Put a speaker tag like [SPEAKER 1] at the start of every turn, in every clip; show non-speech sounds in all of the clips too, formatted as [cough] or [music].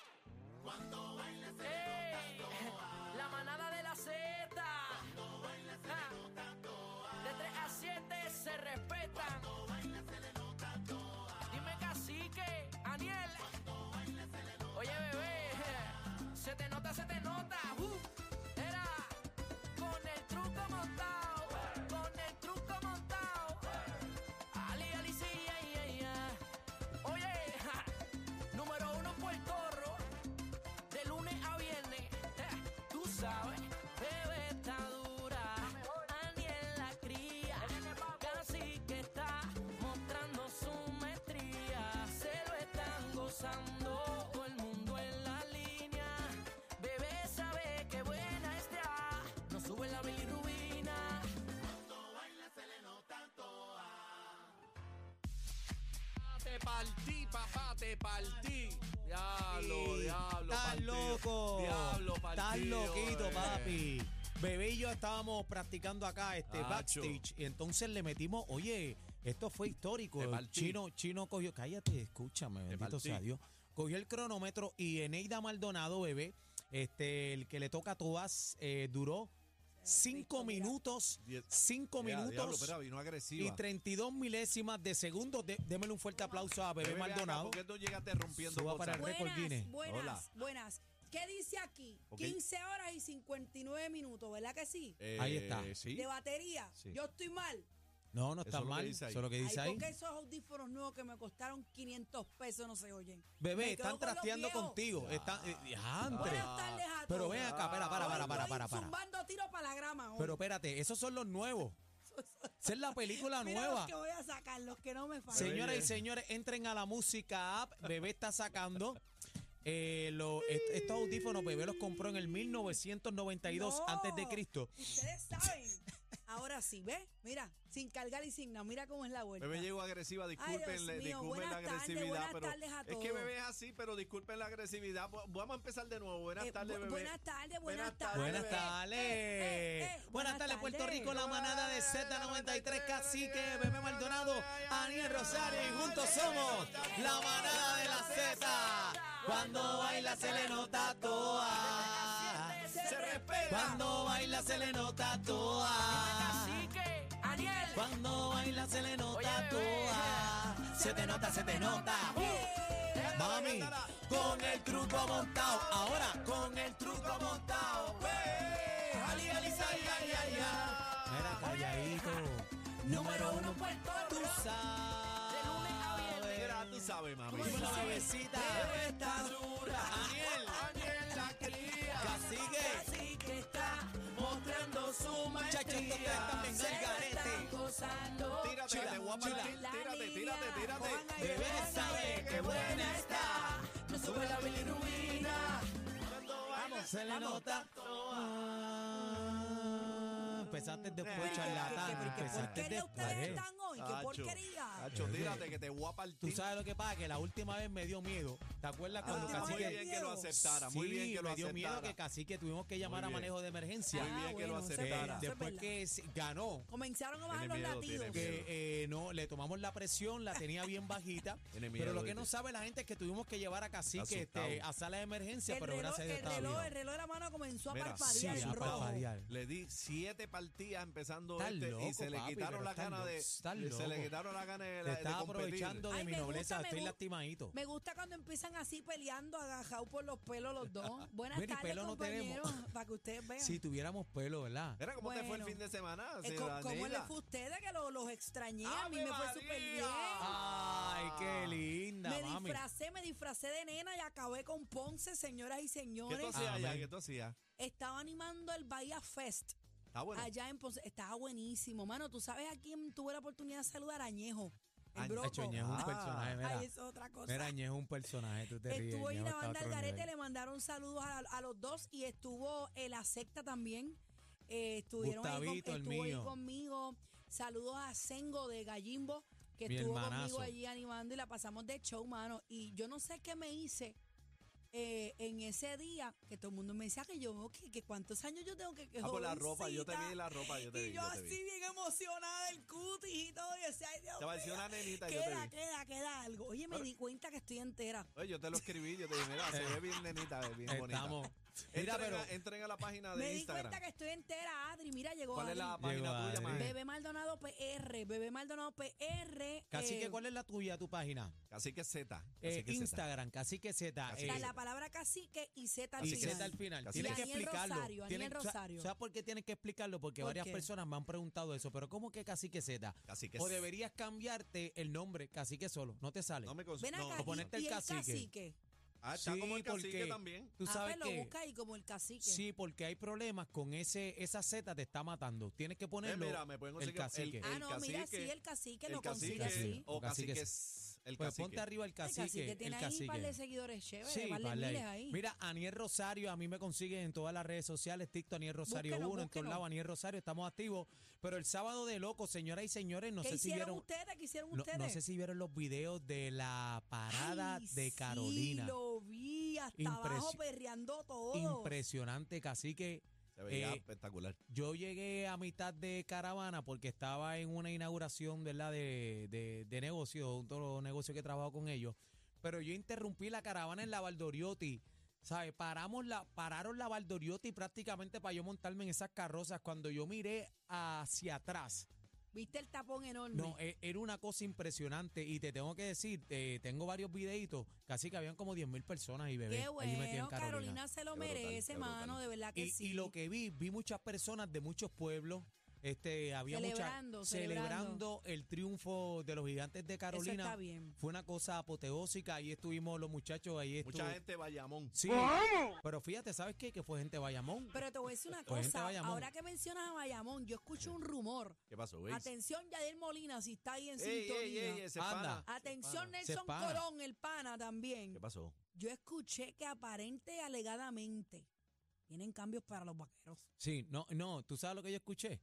[SPEAKER 1] Ah. te nota, se te nota. Uh, era con el truco montado, con el truco montado. Ali, Ali, sí, ay, ay, ay. Oye, ja, número uno en Puerto Rico, de lunes a viernes. ja, Tú sabes, bebé está dura, Aniel la cría, casi que está mostrando su maestría. Se lo están gozando. todo el mundo en la línea. Bebé sabe que buena está, no sube la bilirrubina.
[SPEAKER 2] Te partí, papá, te partí. Diablo,
[SPEAKER 3] Sí,
[SPEAKER 2] diablo,
[SPEAKER 3] Estás
[SPEAKER 2] partido.
[SPEAKER 3] loco.
[SPEAKER 2] Diablo, partido.
[SPEAKER 3] Estás loquito,
[SPEAKER 2] eh.
[SPEAKER 3] papi. Bebé y yo estábamos practicando acá este
[SPEAKER 2] Acho.
[SPEAKER 3] backstage y entonces le metimos, oye, esto fue histórico.
[SPEAKER 2] Te
[SPEAKER 3] El
[SPEAKER 2] partí.
[SPEAKER 3] Chino, chino cogió, cállate, escúchame, bendito
[SPEAKER 2] partí.
[SPEAKER 3] sea Dios. Cogió el cronómetro y Eneida Maldonado, bebé, este, el que le toca a Tobás, eh, duró cinco minutos,
[SPEAKER 2] Die-
[SPEAKER 3] cinco
[SPEAKER 2] Ya,
[SPEAKER 3] minutos
[SPEAKER 2] diablo, espera, vino agresiva.
[SPEAKER 3] y 32 milésimas de segundos. De- démele un fuerte aplauso a Bebé,
[SPEAKER 2] Bebé, ven acá,
[SPEAKER 3] Maldonado.
[SPEAKER 2] ¿Por qué tú llegaste rompiendo
[SPEAKER 3] Suba para
[SPEAKER 2] cosas?
[SPEAKER 3] el récord
[SPEAKER 4] Buenas,
[SPEAKER 3] Guinness.
[SPEAKER 4] buenas,
[SPEAKER 2] Hola.
[SPEAKER 4] buenas. ¿Qué dice aquí?
[SPEAKER 2] Ok.
[SPEAKER 4] 15 horas y 59 minutos, ¿verdad que sí?
[SPEAKER 2] Eh,
[SPEAKER 3] Ahí está.
[SPEAKER 2] Sí.
[SPEAKER 4] De batería.
[SPEAKER 2] Sí.
[SPEAKER 4] Yo estoy mal.
[SPEAKER 3] No, no
[SPEAKER 2] Eso
[SPEAKER 3] está
[SPEAKER 2] es lo que
[SPEAKER 3] mal.
[SPEAKER 2] dice
[SPEAKER 3] Eso
[SPEAKER 2] ahí.
[SPEAKER 3] es lo que dice
[SPEAKER 4] Ay,
[SPEAKER 3] ahí.
[SPEAKER 4] porque esos audífonos nuevos que me costaron 500 pesos no se oyen.
[SPEAKER 3] Bebé,
[SPEAKER 4] Me quedo
[SPEAKER 3] están
[SPEAKER 4] con los
[SPEAKER 3] trasteando
[SPEAKER 4] viejos.
[SPEAKER 3] contigo. Están, eh, diantre.
[SPEAKER 4] Buenas tardes a todos.
[SPEAKER 3] Pero ven acá, espera, para,
[SPEAKER 4] Hoy
[SPEAKER 3] para, para, para,
[SPEAKER 4] Estoy
[SPEAKER 3] para.
[SPEAKER 4] zumbando tiro para la grama hoy.
[SPEAKER 3] Pero espérate, esos son los nuevos. Esa es la película
[SPEAKER 4] Mira los
[SPEAKER 3] nueva.
[SPEAKER 4] que voy a sacar, los que no me faltan.
[SPEAKER 3] Señoras y
[SPEAKER 2] Bebé.
[SPEAKER 3] señores, entren a la música app. Bebé está sacando. eh, lo- est- estos audífonos, Bebé los compró en el 1992
[SPEAKER 4] No.
[SPEAKER 3] antes de Cristo.
[SPEAKER 4] Ustedes saben. Ahora sí, ¿ves? Mira, sin cargar y sin nada. Mira cómo es la vuelta.
[SPEAKER 2] Bebé llegó agresiva, disculpen,
[SPEAKER 4] Dios mío,
[SPEAKER 2] disculpen
[SPEAKER 4] buenas
[SPEAKER 2] la
[SPEAKER 4] tardes,
[SPEAKER 2] agresividad.
[SPEAKER 4] buenas
[SPEAKER 2] pero
[SPEAKER 4] tardes a
[SPEAKER 2] Es que
[SPEAKER 4] todos.
[SPEAKER 2] bebé es así, pero disculpen la agresividad. Bu- Vamos a empezar de nuevo. Buenas
[SPEAKER 4] Eh,
[SPEAKER 2] tardes,
[SPEAKER 4] bu-
[SPEAKER 2] bebé.
[SPEAKER 4] buenas tardes, buenas tardes.
[SPEAKER 2] bebé.
[SPEAKER 3] Buenas tardes.
[SPEAKER 4] eh, eh, eh,
[SPEAKER 3] Buenas
[SPEAKER 4] buenas
[SPEAKER 3] tardes, Puerto
[SPEAKER 4] tardes.
[SPEAKER 3] Rico, la manada de Z93, Cacique, Bebé Maldonado, Aniel Rosario y juntos somos la manada de la Z. Cuando baila se le nota toa.
[SPEAKER 2] Se respeta.
[SPEAKER 3] Cuando baila se le nota toa.
[SPEAKER 1] Así que, Aniel.
[SPEAKER 3] Cuando baila se le nota
[SPEAKER 1] Oye, bebé. Uh.
[SPEAKER 3] toa. Se te nota, se te nota.
[SPEAKER 2] Cántala,
[SPEAKER 3] Mami,
[SPEAKER 2] cántala.
[SPEAKER 3] con el truco montado. Ahora, con el truco montado. Wey, Ali, ali, ah. ay, ay, ay, ay. Mira, calladito. Número uno, Puerto Tú sabes.
[SPEAKER 1] De lunes a viernes.
[SPEAKER 2] Mira, tú sabes, mami.
[SPEAKER 3] Dímelo, bebecita. Bebé está dura. Daniel.
[SPEAKER 2] Ángel la cría.
[SPEAKER 3] Cacique.
[SPEAKER 1] Así que está mostrando su
[SPEAKER 3] Muchachos, estos tres están bien
[SPEAKER 1] Se
[SPEAKER 3] al
[SPEAKER 1] lo están
[SPEAKER 3] garete.
[SPEAKER 1] gozando.
[SPEAKER 2] Tírate, que te voy a
[SPEAKER 3] Chula,
[SPEAKER 2] partir.
[SPEAKER 4] La
[SPEAKER 2] Tírate,
[SPEAKER 4] niña.
[SPEAKER 2] tírate, tírate.
[SPEAKER 4] Pongan ahí,
[SPEAKER 3] Bebé
[SPEAKER 4] pongan
[SPEAKER 3] sabe
[SPEAKER 4] ahí.
[SPEAKER 3] que buena está.
[SPEAKER 1] No sube la bilirrubina.
[SPEAKER 3] Vamos, se le nota. Ah, Empezaste después,
[SPEAKER 2] Ay,
[SPEAKER 3] charlatán.
[SPEAKER 2] qué- qué- qué
[SPEAKER 3] Empezaste
[SPEAKER 4] porquería ustedes
[SPEAKER 3] después.
[SPEAKER 4] están hoy? ¡Qué
[SPEAKER 2] Acho,
[SPEAKER 4] porquería!
[SPEAKER 2] acho, tírate que te voy a partir.
[SPEAKER 3] Tú sabes lo que pasa, que la última vez me dio miedo. ¿Te acuerdas cuando
[SPEAKER 4] Ah,
[SPEAKER 2] muy
[SPEAKER 3] Cacique...
[SPEAKER 2] bien que lo aceptara, muy
[SPEAKER 3] Sí,
[SPEAKER 2] bien que lo
[SPEAKER 3] me dio miedo
[SPEAKER 2] aceptara.
[SPEAKER 3] que Cacique tuvimos que llamar a
[SPEAKER 2] Muy bien.
[SPEAKER 3] manejo de emergencia.
[SPEAKER 2] Muy bien que lo
[SPEAKER 4] eso es
[SPEAKER 3] Eh,
[SPEAKER 2] aceptara.
[SPEAKER 4] verdad, eso es
[SPEAKER 3] después
[SPEAKER 4] verdad.
[SPEAKER 3] que se- ganó,
[SPEAKER 4] Comenzaron a bajar
[SPEAKER 2] Tiene
[SPEAKER 4] los
[SPEAKER 2] miedo, tiene
[SPEAKER 4] latidos.
[SPEAKER 2] miedo.
[SPEAKER 3] que eh, no le tomamos la presión, la tenía
[SPEAKER 2] [laughs]
[SPEAKER 3] bien bajita.
[SPEAKER 2] Tiene miedo,
[SPEAKER 3] pero lo que
[SPEAKER 2] ¿viste?
[SPEAKER 3] no sabe la gente es que tuvimos que llevar a Cacique
[SPEAKER 2] Está asustado.
[SPEAKER 3] este, a sala de emergencia,
[SPEAKER 4] El
[SPEAKER 3] pero
[SPEAKER 4] reloj,
[SPEAKER 3] gracias a Dios
[SPEAKER 4] el
[SPEAKER 3] estaba
[SPEAKER 4] reloj, el
[SPEAKER 3] bien.
[SPEAKER 4] reloj de la mano comenzó a
[SPEAKER 2] Mira,
[SPEAKER 3] Sí,
[SPEAKER 4] parpadear
[SPEAKER 3] a
[SPEAKER 4] en rojo.
[SPEAKER 3] parpadear.
[SPEAKER 2] Le di siete partidas empezando
[SPEAKER 3] Estás
[SPEAKER 2] este y
[SPEAKER 3] loco,
[SPEAKER 2] se le
[SPEAKER 3] papi,
[SPEAKER 2] quitaron
[SPEAKER 3] pero
[SPEAKER 2] las
[SPEAKER 3] estás
[SPEAKER 2] ganas de.
[SPEAKER 3] loco, estás
[SPEAKER 2] Se le
[SPEAKER 3] loco.
[SPEAKER 2] quitaron las ganas de, la-
[SPEAKER 3] Te
[SPEAKER 2] de
[SPEAKER 3] estás
[SPEAKER 2] competir.
[SPEAKER 3] aprovechando de
[SPEAKER 4] Ay,
[SPEAKER 3] mi
[SPEAKER 4] me gusta,
[SPEAKER 3] nobleza,
[SPEAKER 4] me
[SPEAKER 3] estoy
[SPEAKER 4] gu-
[SPEAKER 3] lastimadito.
[SPEAKER 4] Me gusta cuando empiezan así peleando, agajados por los pelos los dos. Buenas
[SPEAKER 3] Mira, y
[SPEAKER 4] tardes,
[SPEAKER 3] pelo no tenemos.
[SPEAKER 4] compañeros, para que ustedes vean.
[SPEAKER 3] Si tuviéramos pelo, ¿verdad?
[SPEAKER 2] Mira, ¿cómo te fue el
[SPEAKER 4] Bueno.
[SPEAKER 2] fin de semana?
[SPEAKER 4] Eh, co- ¿Cómo le fue a ustedes que lo- los extrañé? A mí
[SPEAKER 2] ¡Ave
[SPEAKER 4] me fue súper
[SPEAKER 2] María! Ah,
[SPEAKER 4] bien.
[SPEAKER 3] Ay, qué linda,
[SPEAKER 4] Ah. Me
[SPEAKER 3] mami.
[SPEAKER 4] disfracé, me disfracé de nena y acabé con Ponce, señoras y
[SPEAKER 2] ¿Qué tú
[SPEAKER 4] señores.
[SPEAKER 2] hacías allá?
[SPEAKER 3] Amén.
[SPEAKER 2] ¿Qué tú hacías?
[SPEAKER 4] Estaba animando el Bahía Fest
[SPEAKER 2] Está bueno.
[SPEAKER 4] allá en Ponce. Estaba buenísimo. Mano, ¿tú sabes a quién tuve la oportunidad de saludar? Añejo.
[SPEAKER 2] Añe-
[SPEAKER 4] El broco.
[SPEAKER 3] Acho, Ñejo es un
[SPEAKER 2] Ah.
[SPEAKER 3] personaje, mira.
[SPEAKER 4] Ay, eso es otra cosa.
[SPEAKER 3] Mira, Ñejo es un personaje, tú te ríes.
[SPEAKER 4] Estuvo ahí
[SPEAKER 3] Ñejo
[SPEAKER 4] la
[SPEAKER 3] está a
[SPEAKER 4] banda
[SPEAKER 3] otro
[SPEAKER 4] Algarete,
[SPEAKER 3] nivel.
[SPEAKER 4] le mandaron saludos a, a los dos y estuvo eh, la secta también. Eh, estuvieron ahí,
[SPEAKER 3] Gustavito,
[SPEAKER 4] con-
[SPEAKER 3] el
[SPEAKER 4] estuvo ahí
[SPEAKER 3] mío.
[SPEAKER 4] conmigo. Saludos a Sengo de Gallimbo, que
[SPEAKER 3] Mi
[SPEAKER 4] estuvo
[SPEAKER 3] hermanazo.
[SPEAKER 4] conmigo allí animando y la pasamos de show, mano. Y yo no sé qué me hice eh, en ese día, que todo el mundo me decía que yo, que, que cuántos años yo tengo que que
[SPEAKER 2] Ah, por la ropa, yo te vi
[SPEAKER 4] jovencita.
[SPEAKER 2] la ropa, yo te vi.
[SPEAKER 4] Y yo
[SPEAKER 2] yo te
[SPEAKER 4] así
[SPEAKER 2] vi.
[SPEAKER 4] bien emocionada del cutis y todo. Y decía, ay, Dios
[SPEAKER 2] Te pareció
[SPEAKER 4] mío,
[SPEAKER 2] una nenita, yo te
[SPEAKER 4] Queda,
[SPEAKER 2] vi.
[SPEAKER 4] queda, queda algo. Oye, me di cuenta que estoy entera.
[SPEAKER 3] [laughs]
[SPEAKER 2] Oye, yo te lo escribí, yo te dije, mira, se ve bien nenita, ve bien bonita.
[SPEAKER 3] Estamos, Mira,
[SPEAKER 2] Entren,
[SPEAKER 3] pero-
[SPEAKER 2] a, entren a la página de
[SPEAKER 4] Me di
[SPEAKER 2] Instagram.
[SPEAKER 4] cuenta que estoy entera, Adri. Mira, llegó
[SPEAKER 2] ¿Cuál es
[SPEAKER 4] Adri.
[SPEAKER 2] la
[SPEAKER 3] Llegó
[SPEAKER 2] página
[SPEAKER 3] Adri.
[SPEAKER 2] tuya, Maje?
[SPEAKER 4] Bebé Maldonado PR, Bebé Maldonado PR.
[SPEAKER 3] Cacique,
[SPEAKER 4] eh,
[SPEAKER 3] ¿cuál es la tuya, tu página?
[SPEAKER 2] Cacique Z.
[SPEAKER 3] Eh,
[SPEAKER 2] Cacique Z.
[SPEAKER 3] Instagram, Cacique Z.
[SPEAKER 2] Cacique
[SPEAKER 3] eh,
[SPEAKER 4] está la palabra cacique y Z al
[SPEAKER 3] y
[SPEAKER 2] Cacique
[SPEAKER 4] final.
[SPEAKER 3] Z al final.
[SPEAKER 2] Cacique.
[SPEAKER 3] Tienes que
[SPEAKER 4] Daniel
[SPEAKER 3] explicarlo.
[SPEAKER 4] Rosario, Daniel
[SPEAKER 3] Tienes- sa-
[SPEAKER 4] Rosario.
[SPEAKER 3] ¿Sabes por qué tienes que explicarlo? Porque
[SPEAKER 4] ¿Por
[SPEAKER 3] varias
[SPEAKER 4] qué?
[SPEAKER 3] personas me han preguntado eso. Pero ¿cómo que Cacique Z?
[SPEAKER 2] Cacique
[SPEAKER 3] O
[SPEAKER 2] Z.
[SPEAKER 3] deberías cambiarte el nombre Cacique solo. No te sale.
[SPEAKER 2] No me cons-
[SPEAKER 4] Ven
[SPEAKER 2] no,
[SPEAKER 4] acá,
[SPEAKER 3] o ponerte el
[SPEAKER 4] y, y
[SPEAKER 3] cacique.
[SPEAKER 2] Ah, está
[SPEAKER 3] Sí,
[SPEAKER 2] como el cacique
[SPEAKER 3] porque
[SPEAKER 2] también.
[SPEAKER 3] Tú
[SPEAKER 4] Ah,
[SPEAKER 3] sabes
[SPEAKER 4] pues lo
[SPEAKER 3] que...
[SPEAKER 4] busca ahí como el cacique.
[SPEAKER 3] Sí, porque hay problemas con ese esa Z te está matando. Tienes que
[SPEAKER 2] Eh,
[SPEAKER 3] ponerlo.
[SPEAKER 2] mira, me pueden
[SPEAKER 3] el
[SPEAKER 2] conseguir
[SPEAKER 3] cacique.
[SPEAKER 4] ah,
[SPEAKER 2] el
[SPEAKER 4] no, mira,
[SPEAKER 2] cacique,
[SPEAKER 4] sí, el cacique
[SPEAKER 2] el
[SPEAKER 4] lo
[SPEAKER 2] cacique
[SPEAKER 4] consigue así.
[SPEAKER 2] o
[SPEAKER 3] El cacique
[SPEAKER 2] cacique.
[SPEAKER 3] es-
[SPEAKER 2] es- El
[SPEAKER 3] Pues
[SPEAKER 2] cacique.
[SPEAKER 3] ponte arriba el
[SPEAKER 4] El
[SPEAKER 3] cacique.
[SPEAKER 4] cacique tiene
[SPEAKER 3] el
[SPEAKER 4] ahí un par
[SPEAKER 3] cacique.
[SPEAKER 4] de seguidores chéveres,
[SPEAKER 3] Sí,
[SPEAKER 4] vale
[SPEAKER 3] vale ahí.
[SPEAKER 4] miles ahí.
[SPEAKER 3] Mira, Aniel Rosario, a mí me consiguen en todas las redes sociales, TikTok, Aniel Rosario
[SPEAKER 4] Búsquelo,
[SPEAKER 3] 1, en todos
[SPEAKER 4] búsquelo.
[SPEAKER 3] lados, Aniel Rosario, estamos activos. Pero el sábado de loco, señoras y señores, no
[SPEAKER 4] ¿Qué
[SPEAKER 3] sé si
[SPEAKER 4] hicieron
[SPEAKER 3] vieron.
[SPEAKER 4] ustedes? ¿Qué hicieron
[SPEAKER 3] No,
[SPEAKER 4] ustedes?
[SPEAKER 3] no sé si vieron los videos de la parada
[SPEAKER 4] Ay,
[SPEAKER 3] de Carolina.
[SPEAKER 4] Sí, lo vi hasta abajo
[SPEAKER 3] Impresio-
[SPEAKER 4] perreando todo.
[SPEAKER 3] Impresionante, cacique.
[SPEAKER 2] Se veía
[SPEAKER 3] Eh,
[SPEAKER 2] espectacular.
[SPEAKER 3] Yo llegué a mitad de caravana porque estaba en una inauguración ¿verdad? De, de, de negocio, un todo negocio que trabajo con ellos. Pero yo interrumpí la caravana en la Valdoriotti. ¿Sabes? Paramos la, pararon la Valdoriotti prácticamente para yo montarme en esas carrozas. Cuando yo miré hacia atrás,
[SPEAKER 4] ¿Viste el tapón enorme?
[SPEAKER 3] no, e- era una cosa impresionante. Y te tengo que decir, eh, tengo varios videitos, casi que habían como 10 mil personas y bebés.
[SPEAKER 4] Qué
[SPEAKER 3] allí metí en
[SPEAKER 4] bueno, Carolina se lo
[SPEAKER 2] Qué brutal,
[SPEAKER 4] merece,
[SPEAKER 2] qué brutal.
[SPEAKER 4] mano, de verdad que
[SPEAKER 3] y,
[SPEAKER 4] Eh, sí.
[SPEAKER 3] y lo que vi, vi muchas personas de muchos pueblos. Este, había
[SPEAKER 4] Celebrando,
[SPEAKER 3] muchas
[SPEAKER 4] celebrando.
[SPEAKER 3] el triunfo de los gigantes de
[SPEAKER 4] Eso está
[SPEAKER 3] Carolina.
[SPEAKER 4] bien.
[SPEAKER 3] Fue una cosa apoteósica. Ahí estuvimos los muchachos, ahí estuvo.
[SPEAKER 2] Mucha gente de Bayamón.
[SPEAKER 3] Sí. Pero fíjate, ¿sabes qué? Que fue gente de Bayamón.
[SPEAKER 4] Pero te voy a decir una
[SPEAKER 3] Pues gente de
[SPEAKER 4] cosa,
[SPEAKER 3] Bayamón.
[SPEAKER 4] ahora que mencionas a Bayamón, yo escucho un rumor.
[SPEAKER 2] ¿Qué pasó, Luis?
[SPEAKER 4] Atención, Yadier Molina, si está ahí en
[SPEAKER 2] Ey,
[SPEAKER 4] sintonía.
[SPEAKER 2] ey, ey, ese
[SPEAKER 3] Anda.
[SPEAKER 2] pana. ese
[SPEAKER 4] Atención,
[SPEAKER 2] pana.
[SPEAKER 3] Ese
[SPEAKER 4] Nelson
[SPEAKER 3] pana.
[SPEAKER 4] Colón, el pana también.
[SPEAKER 2] ¿Qué pasó?
[SPEAKER 4] Yo escuché que aparente y alegadamente tienen cambios para los vaqueros.
[SPEAKER 3] Sí, no, no, tú sabes lo que yo escuché.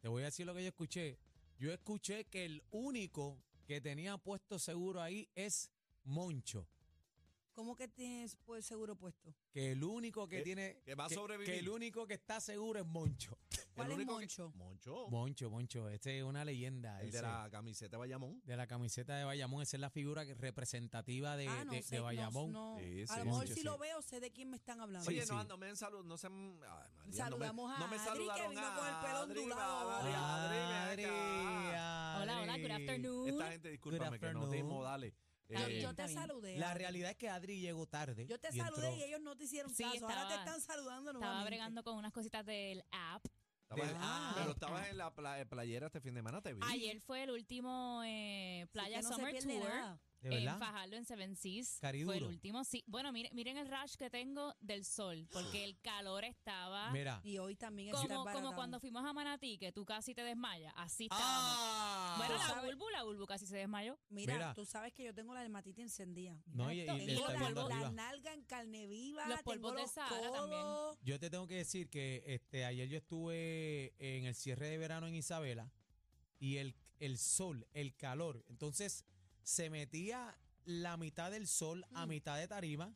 [SPEAKER 3] Te voy a decir lo que yo escuché. Yo escuché que el único que tenía puesto seguro ahí es Moncho.
[SPEAKER 4] ¿Cómo que tienes pues, seguro puesto?
[SPEAKER 3] Que el único que
[SPEAKER 2] Que-
[SPEAKER 3] tiene.
[SPEAKER 2] Eh, que va a sobrevivir.
[SPEAKER 3] Que el único que está seguro es Moncho.
[SPEAKER 4] ¿Cuál
[SPEAKER 2] El
[SPEAKER 4] es
[SPEAKER 2] único que-
[SPEAKER 4] Moncho?
[SPEAKER 2] Moncho.
[SPEAKER 3] Moncho, Moncho, este es una leyenda.
[SPEAKER 2] El
[SPEAKER 3] ese,
[SPEAKER 2] de la camiseta de Bayamón.
[SPEAKER 3] de la camiseta de Bayamón, esa es la figura que- representativa de,
[SPEAKER 4] ah, no
[SPEAKER 3] de-
[SPEAKER 4] sé,
[SPEAKER 3] de
[SPEAKER 4] no,
[SPEAKER 3] Bayamón.
[SPEAKER 4] no.
[SPEAKER 2] Sí, sí,
[SPEAKER 4] a lo mejor
[SPEAKER 3] Moncho,
[SPEAKER 4] si lo
[SPEAKER 3] sí.
[SPEAKER 4] veo sé de quién me están hablando.
[SPEAKER 2] Oye,
[SPEAKER 3] Sí,
[SPEAKER 2] no,
[SPEAKER 3] sí.
[SPEAKER 2] no me han salud, no se han- ay, María,
[SPEAKER 4] Saludamos a
[SPEAKER 2] no me, no me
[SPEAKER 4] Adri,
[SPEAKER 2] saludaron
[SPEAKER 4] que vino con el pelo
[SPEAKER 2] a Adri,
[SPEAKER 4] ondulado.
[SPEAKER 2] Adri, Adri, ven acá.
[SPEAKER 5] Hola, hola, good afternoon.
[SPEAKER 2] Esta gente, discúlpame, que no te
[SPEAKER 3] afternoon.
[SPEAKER 2] modales.
[SPEAKER 4] Yo,
[SPEAKER 5] Está
[SPEAKER 2] Eh,
[SPEAKER 5] bien,
[SPEAKER 4] yo te
[SPEAKER 5] está bien.
[SPEAKER 4] saludé. ¿ah?
[SPEAKER 3] La
[SPEAKER 4] Adri.
[SPEAKER 3] realidad es que Adri llegó tarde.
[SPEAKER 4] Yo te
[SPEAKER 3] y entró-
[SPEAKER 4] saludé y ellos no te hicieron
[SPEAKER 5] Sí,
[SPEAKER 4] caso. Ahora te
[SPEAKER 5] estaba-
[SPEAKER 4] están saludando
[SPEAKER 5] Estaba
[SPEAKER 4] nuevamente.
[SPEAKER 5] bregando con unas cositas del app.
[SPEAKER 2] estabas-
[SPEAKER 3] del-
[SPEAKER 4] ah,
[SPEAKER 2] pero
[SPEAKER 5] del-
[SPEAKER 2] estabas en la pla- playera este fin de semana, te vi.
[SPEAKER 5] Ayer fue el último eh,
[SPEAKER 4] Así
[SPEAKER 5] Playa
[SPEAKER 4] que no se
[SPEAKER 5] Summer
[SPEAKER 4] pierde
[SPEAKER 5] Tour
[SPEAKER 4] nada.
[SPEAKER 3] ¿De
[SPEAKER 5] en
[SPEAKER 3] verdad?
[SPEAKER 5] Fajardo, en Seven Seas.
[SPEAKER 3] Cariduro.
[SPEAKER 5] Fue el último, sí. Bueno, miren, miren el rush que tengo del
[SPEAKER 4] [gasps]
[SPEAKER 5] sol, porque el calor estaba...
[SPEAKER 3] Mira.
[SPEAKER 4] Y hoy también está
[SPEAKER 5] como, como
[SPEAKER 4] embaratado.
[SPEAKER 5] cuando fuimos a Manatí, que tú casi te desmayas. Así estaba.
[SPEAKER 3] ¡Ah!
[SPEAKER 5] Bueno,
[SPEAKER 4] Tú
[SPEAKER 5] la
[SPEAKER 4] sabes-
[SPEAKER 5] Bulbu, la Bulbu casi se desmayó.
[SPEAKER 4] Mira,
[SPEAKER 3] Mira.
[SPEAKER 4] tú sabes que yo tengo la dermatitis encendida.
[SPEAKER 3] No, y- y- le
[SPEAKER 5] Exacto. Y
[SPEAKER 4] Tengo
[SPEAKER 3] está
[SPEAKER 5] los
[SPEAKER 4] la,
[SPEAKER 3] viendo
[SPEAKER 5] polvos-
[SPEAKER 4] la
[SPEAKER 3] arriba.
[SPEAKER 4] nalga en carne viva.
[SPEAKER 5] Los
[SPEAKER 4] tengo
[SPEAKER 5] polvos de
[SPEAKER 4] los
[SPEAKER 5] Sahara
[SPEAKER 4] codos.
[SPEAKER 3] Yo te tengo que decir que este ayer yo estuve en el cierre de verano en Isabela y el, el sol, el calor. Entonces se metía la mitad del sol a
[SPEAKER 4] Mm.
[SPEAKER 3] mitad de tarima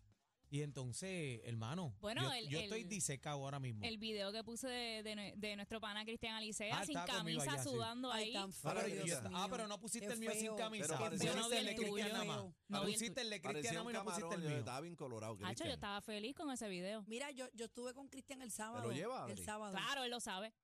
[SPEAKER 3] y entonces, hermano,
[SPEAKER 5] Bueno,
[SPEAKER 3] yo,
[SPEAKER 5] el-
[SPEAKER 3] yo estoy
[SPEAKER 5] el-
[SPEAKER 3] disecado ahora mismo.
[SPEAKER 5] El video que puse de, de nue- de nuestro pana Cristian Alicea,
[SPEAKER 3] Ah,
[SPEAKER 5] sin
[SPEAKER 3] estaba conmigo
[SPEAKER 5] camisa,
[SPEAKER 3] allá, sí.
[SPEAKER 5] sudando
[SPEAKER 4] Ay,
[SPEAKER 5] ahí.
[SPEAKER 4] tan
[SPEAKER 3] Ah,
[SPEAKER 4] feo,
[SPEAKER 3] pero,
[SPEAKER 2] Dios
[SPEAKER 3] yo-
[SPEAKER 4] Dios
[SPEAKER 2] está-
[SPEAKER 3] ah,
[SPEAKER 4] mío.
[SPEAKER 3] pero no pusiste
[SPEAKER 4] Qué
[SPEAKER 3] el mío sin
[SPEAKER 4] feo.
[SPEAKER 3] camisa.
[SPEAKER 2] Pero
[SPEAKER 3] pusiste
[SPEAKER 2] parecía-
[SPEAKER 5] Yo no vi
[SPEAKER 3] el de
[SPEAKER 5] el tuyo.
[SPEAKER 3] Cristian nada más.
[SPEAKER 4] No
[SPEAKER 5] vi el
[SPEAKER 3] pusiste
[SPEAKER 5] tuyo.
[SPEAKER 3] el de
[SPEAKER 2] Parecía
[SPEAKER 3] Cristian
[SPEAKER 2] un
[SPEAKER 3] y no pusiste el
[SPEAKER 2] camarón, yo
[SPEAKER 3] mío.
[SPEAKER 2] estaba bien colorado.
[SPEAKER 5] Hacho,
[SPEAKER 2] Cristian.
[SPEAKER 5] yo estaba feliz con ese video.
[SPEAKER 4] Mira, yo, yo estuve con Cristian el sábado.
[SPEAKER 2] lleva,
[SPEAKER 4] El
[SPEAKER 2] Adri?
[SPEAKER 4] sábado.
[SPEAKER 5] Claro, él lo sabe.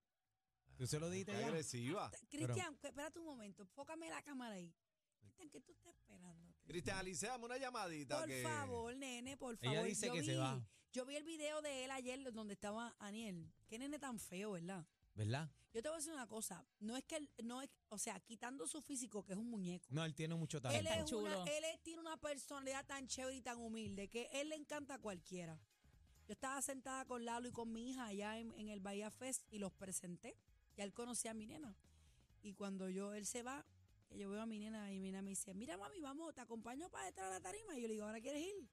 [SPEAKER 3] Tú se lo dijiste
[SPEAKER 2] Qué
[SPEAKER 3] ya.
[SPEAKER 4] Ah,
[SPEAKER 2] agresiva.
[SPEAKER 4] Cristian, que- espérate un momento. Fócame la cámara ahí. Cristian, ¿qué tú estás esperando?
[SPEAKER 2] Cristian, Alice, dame una llamadita.
[SPEAKER 4] Por
[SPEAKER 2] que-
[SPEAKER 4] favor, nene, por
[SPEAKER 3] Ella
[SPEAKER 4] favor.
[SPEAKER 3] dice
[SPEAKER 4] yo
[SPEAKER 3] que
[SPEAKER 4] vi,
[SPEAKER 3] se va.
[SPEAKER 4] Yo vi el video de él ayer donde estaba Aniel. Qué nene tan feo, ¿verdad?
[SPEAKER 3] ¿Verdad?
[SPEAKER 4] Yo te voy a decir una cosa. No es que él, no es, o sea, quitando su físico, que es un muñeco.
[SPEAKER 3] No, él tiene mucho
[SPEAKER 4] Él,
[SPEAKER 3] talento.
[SPEAKER 5] tan
[SPEAKER 4] es una-
[SPEAKER 5] chulo.
[SPEAKER 4] él es- tiene una personalidad tan chévere y tan humilde que él le encanta a cualquiera. Yo estaba sentada con Lalo y con mi hija allá en, en el Bahía Fest y los presenté. Ya él conocía a mi nena. Y cuando yo él se va, que yo veo a mi nena y mi nena me dice, mira mami, vamos, te acompaño para detrás de la tarima. Y yo le digo, ¿ahora quieres ir?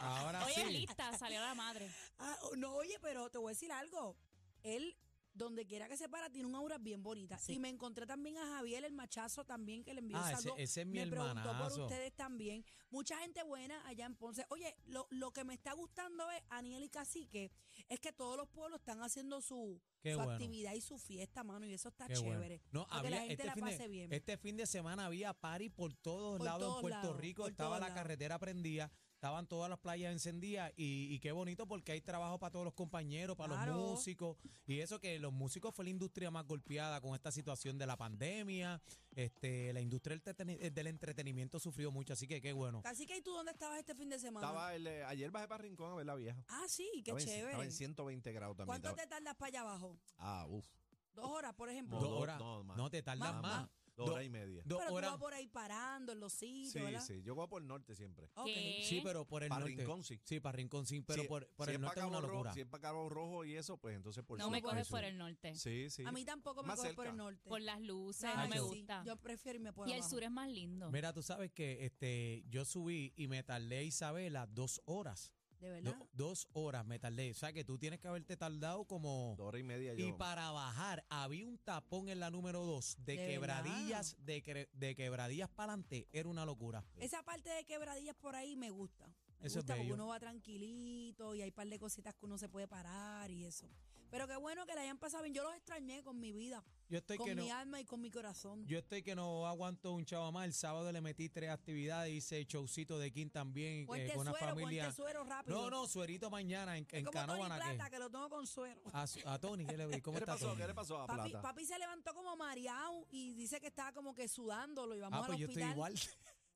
[SPEAKER 3] Ahora
[SPEAKER 5] Oye,
[SPEAKER 3] Ah, sí.
[SPEAKER 5] lista, salió la madre.
[SPEAKER 4] Ah, o- no, oye, pero te voy a decir algo. Él, donde quiera que se para, tiene un aura bien bonita.
[SPEAKER 5] Sí.
[SPEAKER 4] Y me encontré también a Javier, el machazo, también que le envió un
[SPEAKER 3] Ah, ese,
[SPEAKER 4] saludo.
[SPEAKER 3] ese es mi
[SPEAKER 4] me preguntó por
[SPEAKER 3] hermanazo.
[SPEAKER 4] ustedes también. Mucha gente buena allá en Ponce. Oye, lo, lo que me está gustando es, Aniel y Cacique, es que todos los pueblos están haciendo su,
[SPEAKER 3] Qué
[SPEAKER 4] su
[SPEAKER 3] bueno.
[SPEAKER 4] actividad y su fiesta, mano, y eso está
[SPEAKER 3] Qué bueno.
[SPEAKER 4] Ah, chévere.
[SPEAKER 3] No,
[SPEAKER 4] Para que la
[SPEAKER 3] había,
[SPEAKER 4] gente
[SPEAKER 3] este,
[SPEAKER 4] la
[SPEAKER 3] fin
[SPEAKER 4] pase
[SPEAKER 3] de,
[SPEAKER 4] bien.
[SPEAKER 3] este fin de semana había party por todos
[SPEAKER 4] Por
[SPEAKER 3] lados
[SPEAKER 4] todos
[SPEAKER 3] en Puerto
[SPEAKER 4] lados,
[SPEAKER 3] Rico.
[SPEAKER 4] por
[SPEAKER 3] Estaba
[SPEAKER 4] todos
[SPEAKER 3] la
[SPEAKER 4] lados.
[SPEAKER 3] carretera prendida. Estaban todas las playas encendidas y, y qué bonito porque hay trabajo para todos los compañeros, para
[SPEAKER 4] Claro.
[SPEAKER 3] los músicos. Y eso que los músicos fue la industria más golpeada con esta situación de la pandemia. Este, la industria del, entreteni- del entretenimiento sufrió mucho, así que qué bueno.
[SPEAKER 4] Así que, ¿y tú dónde estabas este fin de semana?
[SPEAKER 2] Estaba el, eh, ayer bajé para Rincón a ver la vieja.
[SPEAKER 4] ah, sí, qué
[SPEAKER 2] estaba, En, estaba
[SPEAKER 4] chévere.
[SPEAKER 2] en 120 grados también.
[SPEAKER 4] ¿Cuánto
[SPEAKER 2] estaba-
[SPEAKER 4] te tardas para allá abajo?
[SPEAKER 2] Ah, uff.
[SPEAKER 4] ¿Dos horas, por ejemplo?
[SPEAKER 3] Dos
[SPEAKER 2] no,
[SPEAKER 3] horas.
[SPEAKER 2] no, más.
[SPEAKER 3] No te tardas
[SPEAKER 4] Más,
[SPEAKER 3] más.
[SPEAKER 4] más.
[SPEAKER 2] Dos
[SPEAKER 3] Do-
[SPEAKER 2] horas y media.
[SPEAKER 3] Dos
[SPEAKER 4] pero tú
[SPEAKER 3] horas.
[SPEAKER 4] vas por ahí parando en los sitios,
[SPEAKER 2] Sí,
[SPEAKER 4] ¿verdad?
[SPEAKER 2] sí. Yo voy por el norte siempre.
[SPEAKER 4] Ok.
[SPEAKER 5] ¿Qué?
[SPEAKER 3] Sí, pero por el
[SPEAKER 2] Para
[SPEAKER 3] norte.
[SPEAKER 2] Rincón, sí.
[SPEAKER 3] Sí, para Rincón, sí, pero
[SPEAKER 2] Si-
[SPEAKER 3] por, por
[SPEAKER 2] si
[SPEAKER 3] el
[SPEAKER 2] es pa'
[SPEAKER 3] norte es una
[SPEAKER 2] Cabo Rojo-
[SPEAKER 3] locura.
[SPEAKER 2] si es para Cabo Rojo y eso, pues entonces por
[SPEAKER 5] No
[SPEAKER 2] sur,
[SPEAKER 5] me
[SPEAKER 2] por
[SPEAKER 5] coges por
[SPEAKER 2] sur.
[SPEAKER 5] el norte.
[SPEAKER 2] Sí, sí.
[SPEAKER 4] A mí tampoco me
[SPEAKER 2] Más
[SPEAKER 4] coge por
[SPEAKER 2] cerca.
[SPEAKER 4] el norte.
[SPEAKER 5] Por las luces,
[SPEAKER 4] Claro
[SPEAKER 5] no
[SPEAKER 3] Ay,
[SPEAKER 5] me
[SPEAKER 4] que
[SPEAKER 3] yo-
[SPEAKER 4] sí,
[SPEAKER 5] gusta.
[SPEAKER 4] Ah, Yo prefiero irme por
[SPEAKER 5] Y el
[SPEAKER 4] abajo.
[SPEAKER 5] sur es más lindo.
[SPEAKER 3] Mira, tú sabes que este, yo subí y me tardé Isabela dos horas.
[SPEAKER 4] De
[SPEAKER 3] Do-
[SPEAKER 4] verdad.
[SPEAKER 3] dos horas me tardé. O sea que tú tienes que haberte tardado como.
[SPEAKER 2] Dos horas y media yo.
[SPEAKER 3] Y para bajar, había un tapón en la número dos de,
[SPEAKER 4] De
[SPEAKER 3] quebradillas, de, cre- de quebradillas para adelante. Era una locura.
[SPEAKER 4] Esa parte de quebradillas por ahí me gusta. Me
[SPEAKER 3] Eso es
[SPEAKER 4] gusta porque
[SPEAKER 3] bello.
[SPEAKER 4] uno va tranquilito y hay un par de cositas que uno se puede parar y eso. Pero qué bueno que la hayan pasado bien. Yo los extrañé con mi vida,
[SPEAKER 3] Yo estoy
[SPEAKER 4] con
[SPEAKER 3] que no.
[SPEAKER 4] mi alma y con mi corazón.
[SPEAKER 3] Yo estoy que no aguanto un chavo más. El sábado le metí tres actividades, hice showcito de King también eh,
[SPEAKER 4] Puente
[SPEAKER 3] con una
[SPEAKER 4] suero,
[SPEAKER 3] familia.
[SPEAKER 4] puente suero rápido.
[SPEAKER 3] No, no, suerito mañana en, en
[SPEAKER 4] Es como Tony
[SPEAKER 3] Canóvana, ¿qué?
[SPEAKER 4] Plata, que lo tengo con suero.
[SPEAKER 3] A, su- a Tony, ¿qué le, ¿cómo
[SPEAKER 2] ¿Qué le
[SPEAKER 3] está
[SPEAKER 2] pasó?
[SPEAKER 3] Tony?
[SPEAKER 2] ¿Qué le pasó a
[SPEAKER 4] Papi,
[SPEAKER 2] Plata?
[SPEAKER 4] papi se levantó como mareado y dice que estaba como que sudándolo y vamos
[SPEAKER 3] Ah,
[SPEAKER 4] al
[SPEAKER 3] pues yo estoy
[SPEAKER 4] hospital.
[SPEAKER 3] igual.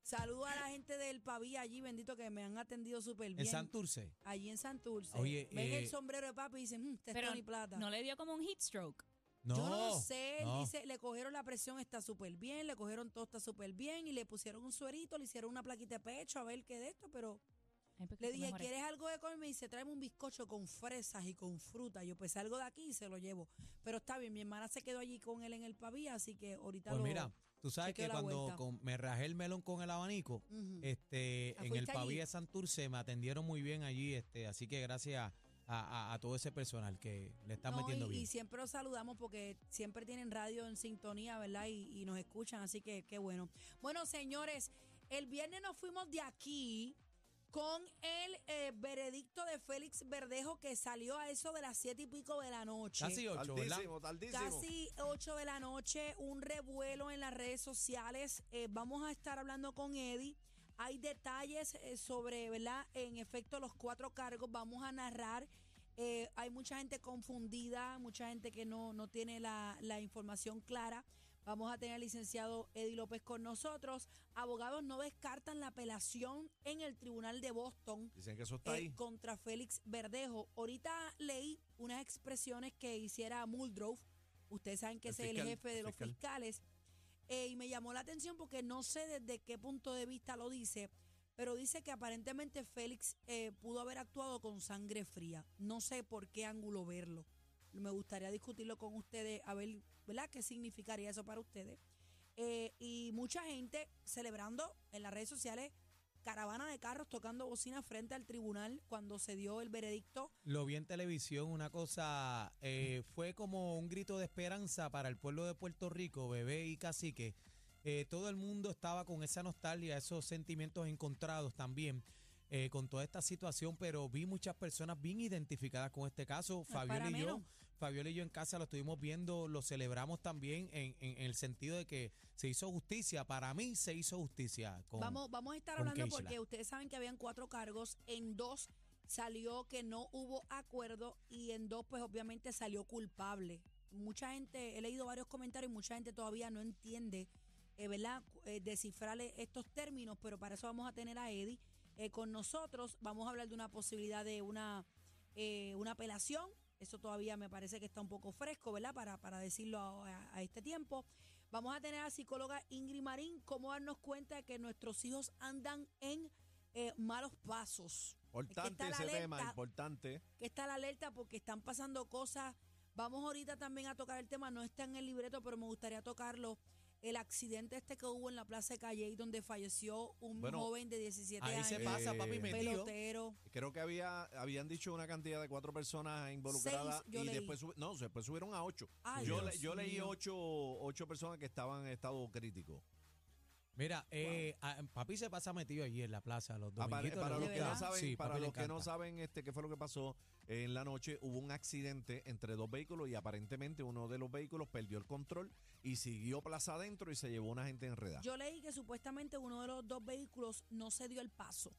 [SPEAKER 4] Saludo a la gente del Paví allí, bendito que me han atendido súper bien.
[SPEAKER 3] En Santurce.
[SPEAKER 4] allí en Santurce.
[SPEAKER 3] Oye,
[SPEAKER 4] Ven
[SPEAKER 3] eh,
[SPEAKER 4] el sombrero de papi y dicen, "Mm, este es
[SPEAKER 5] Pero
[SPEAKER 4] Tony Plata.
[SPEAKER 5] no le dio como un heat stroke.
[SPEAKER 3] No.
[SPEAKER 4] Yo no lo sé, él
[SPEAKER 3] no.
[SPEAKER 4] dice, le cogieron la presión, está súper bien, le cogieron todo, está súper bien, y le pusieron un suerito, le hicieron una plaquita de pecho, a ver qué de esto, pero
[SPEAKER 5] Ay, pues, porque
[SPEAKER 4] le
[SPEAKER 5] tú
[SPEAKER 4] dije,
[SPEAKER 5] mejoras.
[SPEAKER 4] ¿quieres algo de comer? Y me dice, tráeme un bizcocho con fresas y con fruta. Yo pues algo de aquí y se lo llevo. Pero está bien, mi hermana se quedó allí con él en el paví, así que ahorita
[SPEAKER 3] Pues
[SPEAKER 4] lo...
[SPEAKER 3] mira, tú sabes
[SPEAKER 4] chequeo
[SPEAKER 3] que
[SPEAKER 4] la
[SPEAKER 3] cuando
[SPEAKER 4] vuelta.
[SPEAKER 3] con- me rajé el melón con el abanico,
[SPEAKER 4] Ujú.
[SPEAKER 3] este, en
[SPEAKER 4] Ah,
[SPEAKER 3] el
[SPEAKER 4] fuiste allí.
[SPEAKER 3] Pavía de Santurce me atendieron muy bien allí, este, así que gracias a, a- a todo ese personal que le están
[SPEAKER 4] No,
[SPEAKER 3] metiendo
[SPEAKER 4] y,
[SPEAKER 3] bien.
[SPEAKER 4] y siempre los saludamos porque siempre tienen radio en sintonía, ¿verdad? Y, y nos escuchan, así que qué bueno. Bueno, señores, el viernes nos fuimos de aquí con el eh, veredicto de Félix Verdejo que salió a eso de las siete y pico de la noche.
[SPEAKER 3] Casi ocho, ¿verdad?
[SPEAKER 2] Tardísimo, tardísimo.
[SPEAKER 4] Casi 8 de la noche, un revuelo en las redes sociales. Eh, vamos a estar hablando con Eddie. Hay detalles eh, sobre, ¿verdad? En efecto, los cuatro cargos vamos a narrar. Eh, hay mucha gente confundida, mucha gente que no, no tiene la, la información clara. Vamos a tener al licenciado Eddie López con nosotros. Abogados no descartan la apelación en el Tribunal de Boston
[SPEAKER 2] Dicen que eso está
[SPEAKER 4] eh,
[SPEAKER 2] ahí.
[SPEAKER 4] contra Félix Verdejo. Ahorita leí unas expresiones que hiciera Muldrow. Ustedes saben que
[SPEAKER 2] El
[SPEAKER 4] ese es
[SPEAKER 2] fiscal,
[SPEAKER 4] el jefe de
[SPEAKER 2] el
[SPEAKER 4] los
[SPEAKER 2] fiscal.
[SPEAKER 4] fiscales. Eh, y me llamó la atención porque no sé desde qué punto de vista lo dice, pero dice que aparentemente Félix eh, pudo haber actuado con sangre fría. No sé por qué ángulo verlo. Me gustaría discutirlo con ustedes, a ver, ¿verdad? ¿Qué significaría eso para ustedes? Eh, y mucha gente celebrando en las redes sociales caravana de carros tocando bocina frente al tribunal cuando se dio el veredicto.
[SPEAKER 3] Lo vi en televisión, una cosa, eh, fue como un grito de esperanza para el pueblo de Puerto Rico, bebé y cacique. Eh, todo el mundo estaba con esa nostalgia, esos sentimientos encontrados también eh, con toda esta situación, pero vi muchas personas bien identificadas con este caso.
[SPEAKER 4] es
[SPEAKER 3] Fabiola
[SPEAKER 4] para
[SPEAKER 3] y yo,
[SPEAKER 4] menos.
[SPEAKER 3] Fabiola y yo en casa lo estuvimos viendo, lo celebramos también en, en- en el sentido de que se hizo justicia. Para mí se hizo justicia. Con,
[SPEAKER 4] vamos, vamos a estar
[SPEAKER 3] con
[SPEAKER 4] hablando
[SPEAKER 3] Keishla.
[SPEAKER 4] porque ustedes saben que habían cuatro cargos, en dos salió que no hubo acuerdo y en dos pues obviamente salió culpable. Mucha gente, he leído varios comentarios y mucha gente todavía no entiende, eh, ¿verdad? Cu- eh, descifrarle estos términos, pero para eso vamos a tener a Eddie eh, con nosotros. Vamos a hablar de una posibilidad de una, eh, una apelación. Eso todavía me parece que está un poco fresco, ¿verdad? Para, para decirlo a- a- a este tiempo. Vamos a tener a la psicóloga Ingrid Marín, cómo darnos cuenta de que nuestros hijos andan en eh, malos pasos.
[SPEAKER 2] Importante
[SPEAKER 4] estar
[SPEAKER 2] ese tema,
[SPEAKER 4] alerta.
[SPEAKER 2] importante.
[SPEAKER 4] Que está la alerta porque están pasando cosas. Vamos ahorita también a tocar el tema, no está en el libreto, pero me gustaría tocarlo. El accidente este que hubo en la Plaza de Calle, donde falleció un
[SPEAKER 2] Bueno,
[SPEAKER 4] joven de 17
[SPEAKER 3] Ahí
[SPEAKER 4] años,
[SPEAKER 3] se pasa,
[SPEAKER 2] Eh,
[SPEAKER 3] papi, metido.
[SPEAKER 4] pelotero.
[SPEAKER 2] Creo que había habían dicho una cantidad de cuatro personas involucradas
[SPEAKER 4] Seis, yo
[SPEAKER 2] y
[SPEAKER 4] leí.
[SPEAKER 2] después subi- no, después subieron a ocho.
[SPEAKER 4] Ay,
[SPEAKER 2] yo
[SPEAKER 4] Dios
[SPEAKER 2] le- yo leí
[SPEAKER 4] mío.
[SPEAKER 2] ocho, ocho personas que estaban en estado crítico.
[SPEAKER 3] Mira, eh, a- papi se pasa metido allí en la plaza los
[SPEAKER 2] Ah, para
[SPEAKER 3] dominguitos.
[SPEAKER 2] para
[SPEAKER 3] le
[SPEAKER 2] los que
[SPEAKER 3] gusta-
[SPEAKER 2] no saben,
[SPEAKER 3] Sí,
[SPEAKER 2] para
[SPEAKER 3] papi le
[SPEAKER 2] los que no
[SPEAKER 3] encanta.
[SPEAKER 2] saben este qué fue lo que pasó eh, en la noche, hubo un accidente entre dos vehículos y aparentemente uno de los vehículos perdió el control y siguió plaza adentro y se llevó una gente enredada.
[SPEAKER 4] Yo leí que supuestamente uno de los dos vehículos no se dio el paso.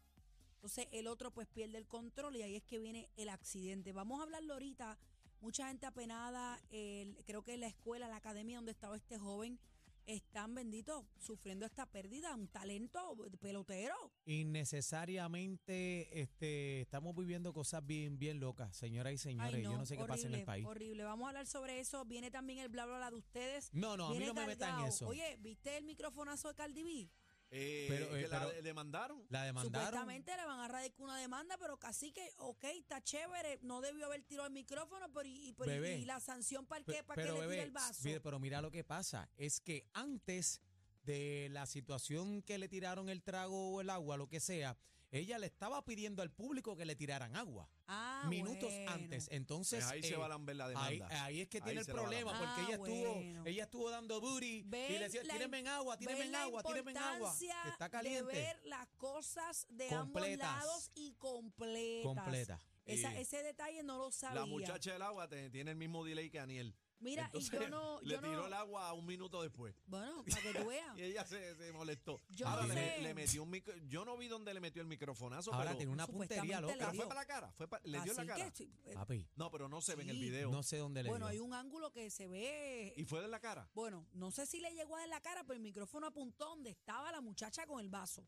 [SPEAKER 4] Entonces el otro pues pierde el control y ahí es que viene el accidente. Vamos a hablarlo ahorita. Mucha gente apenada, el- creo que la escuela, la academia donde estaba este joven, están benditos sufriendo esta pérdida, un talento pelotero.
[SPEAKER 3] Innecesariamente este, estamos viviendo cosas bien, bien locas, señoras y señores.
[SPEAKER 4] Ay,
[SPEAKER 3] Yo no sé qué pasa en el
[SPEAKER 4] horrible,
[SPEAKER 3] país.
[SPEAKER 4] Horrible. Vamos a hablar sobre eso. Viene también el bla bla bla de ustedes.
[SPEAKER 3] No, no, a mí
[SPEAKER 4] Viene
[SPEAKER 3] no me metan
[SPEAKER 4] cargado.
[SPEAKER 3] eso.
[SPEAKER 4] Oye, ¿viste el microfonazo de Cardi B?
[SPEAKER 2] Eh,
[SPEAKER 3] Pero, eh,
[SPEAKER 2] que la
[SPEAKER 3] pero-
[SPEAKER 2] de- demandaron.
[SPEAKER 3] La demandaron.
[SPEAKER 4] Supuestamente le van a radicar una demanda, pero casi que, ok, está chévere, no debió haber tirado el micrófono, pero y, y- pero y-
[SPEAKER 3] Bebé,
[SPEAKER 4] y la sanción para
[SPEAKER 3] Pe-
[SPEAKER 4] qué, para que le tire el vaso.
[SPEAKER 3] mire, pero mira lo que pasa, es que antes de la situación que le tiraron el trago o el agua, lo que sea, ella le estaba pidiendo al público que le tiraran agua.
[SPEAKER 4] Ah,
[SPEAKER 3] minutos
[SPEAKER 4] bueno.
[SPEAKER 3] antes. Entonces,
[SPEAKER 2] Pues ahí
[SPEAKER 3] eh,
[SPEAKER 2] se va a lamber la
[SPEAKER 3] ahí,
[SPEAKER 2] demanda.
[SPEAKER 3] ahí es que tiene
[SPEAKER 2] Ahí
[SPEAKER 3] el
[SPEAKER 2] se la van a
[SPEAKER 3] problema,
[SPEAKER 4] lamber.
[SPEAKER 3] porque ella
[SPEAKER 4] Ah,
[SPEAKER 3] estuvo,
[SPEAKER 4] bueno.
[SPEAKER 3] ella estuvo dando booty
[SPEAKER 4] Ven
[SPEAKER 3] y le decía,
[SPEAKER 4] la im-
[SPEAKER 3] tíreme en agua, tíreme
[SPEAKER 4] Ven
[SPEAKER 3] en
[SPEAKER 4] la
[SPEAKER 3] agua, tíreme en agua. que
[SPEAKER 4] importancia
[SPEAKER 3] está
[SPEAKER 4] De
[SPEAKER 3] caliente.
[SPEAKER 4] ver las cosas de ambos
[SPEAKER 3] Completas.
[SPEAKER 4] lados y completas.
[SPEAKER 3] Completa.
[SPEAKER 4] Esa-
[SPEAKER 2] Sí.
[SPEAKER 4] ese detalle no lo sabía.
[SPEAKER 2] La muchacha del agua te- tiene el mismo delay que Aniel.
[SPEAKER 4] Mira, y yo
[SPEAKER 2] Entonces,
[SPEAKER 4] no.
[SPEAKER 2] [laughs] Le
[SPEAKER 4] yo no-
[SPEAKER 2] tiró el agua un minuto después.
[SPEAKER 4] Bueno, para que tú
[SPEAKER 2] [laughs]
[SPEAKER 4] veas.
[SPEAKER 2] Y ella se, se molestó.
[SPEAKER 4] Yo
[SPEAKER 2] Ahora
[SPEAKER 3] Ah. no
[SPEAKER 2] le,
[SPEAKER 4] sé.
[SPEAKER 2] le metió un micro. Yo no vi dónde le metió el microfonazo,
[SPEAKER 3] Ahora
[SPEAKER 2] pero,
[SPEAKER 3] tiene una puntería
[SPEAKER 4] Supuestamente
[SPEAKER 3] loca.
[SPEAKER 2] pero
[SPEAKER 4] le
[SPEAKER 2] fue
[SPEAKER 4] dio.
[SPEAKER 2] para la cara. Fue pa- le dio en la
[SPEAKER 4] Así
[SPEAKER 2] cara.
[SPEAKER 4] que, sí, eh,
[SPEAKER 3] Papi,
[SPEAKER 2] No, pero no se ve en el
[SPEAKER 4] Sí,
[SPEAKER 2] video.
[SPEAKER 3] no sé dónde Ah, le
[SPEAKER 4] bueno, hay
[SPEAKER 3] dio.
[SPEAKER 4] un ángulo que se ve.
[SPEAKER 2] Y fue de la cara.
[SPEAKER 4] Bueno, no sé si le llegó en la cara, pero el micrófono apuntó donde estaba la muchacha con el vaso.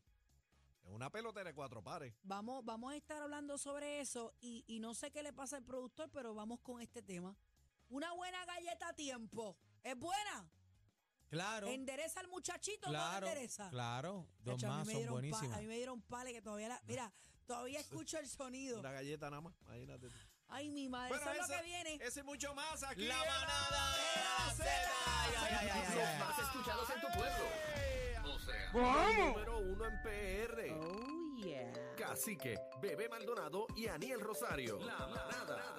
[SPEAKER 2] Es una pelotera de cuatro pares.
[SPEAKER 4] Vamos, vamos a estar hablando sobre eso y, y no sé qué le pasa al productor, pero vamos con este tema. Una buena galleta a tiempo. ¿Es buena?
[SPEAKER 3] Claro,
[SPEAKER 4] ¿Endereza al muchachito o no
[SPEAKER 3] claro,
[SPEAKER 4] la endereza?
[SPEAKER 3] claro. Dos
[SPEAKER 4] Chacho, a mí
[SPEAKER 3] más
[SPEAKER 4] me
[SPEAKER 3] son
[SPEAKER 4] dieron pa- A
[SPEAKER 3] buenísimas.
[SPEAKER 4] mí me dieron pales que todavía la- Mira, todavía escucho el
[SPEAKER 3] [laughs]
[SPEAKER 4] sonido.
[SPEAKER 2] Una galleta nada más. Imagínate. tú.
[SPEAKER 4] Ay, mi madre,
[SPEAKER 2] Bueno,
[SPEAKER 4] eso es lo
[SPEAKER 2] esa-
[SPEAKER 4] que viene.
[SPEAKER 2] Ese y mucho más aquí.
[SPEAKER 3] Eh. La
[SPEAKER 2] en
[SPEAKER 3] manada de la
[SPEAKER 2] Z.
[SPEAKER 3] Z. Ay, ay, ay, ay, ay, ay.
[SPEAKER 6] Los más escuchados en tu pueblo. O sea, número uno en PR.
[SPEAKER 7] Oh, yeah.
[SPEAKER 6] Cacique, Bebé Maldonado y Aniel Rosario. La manada.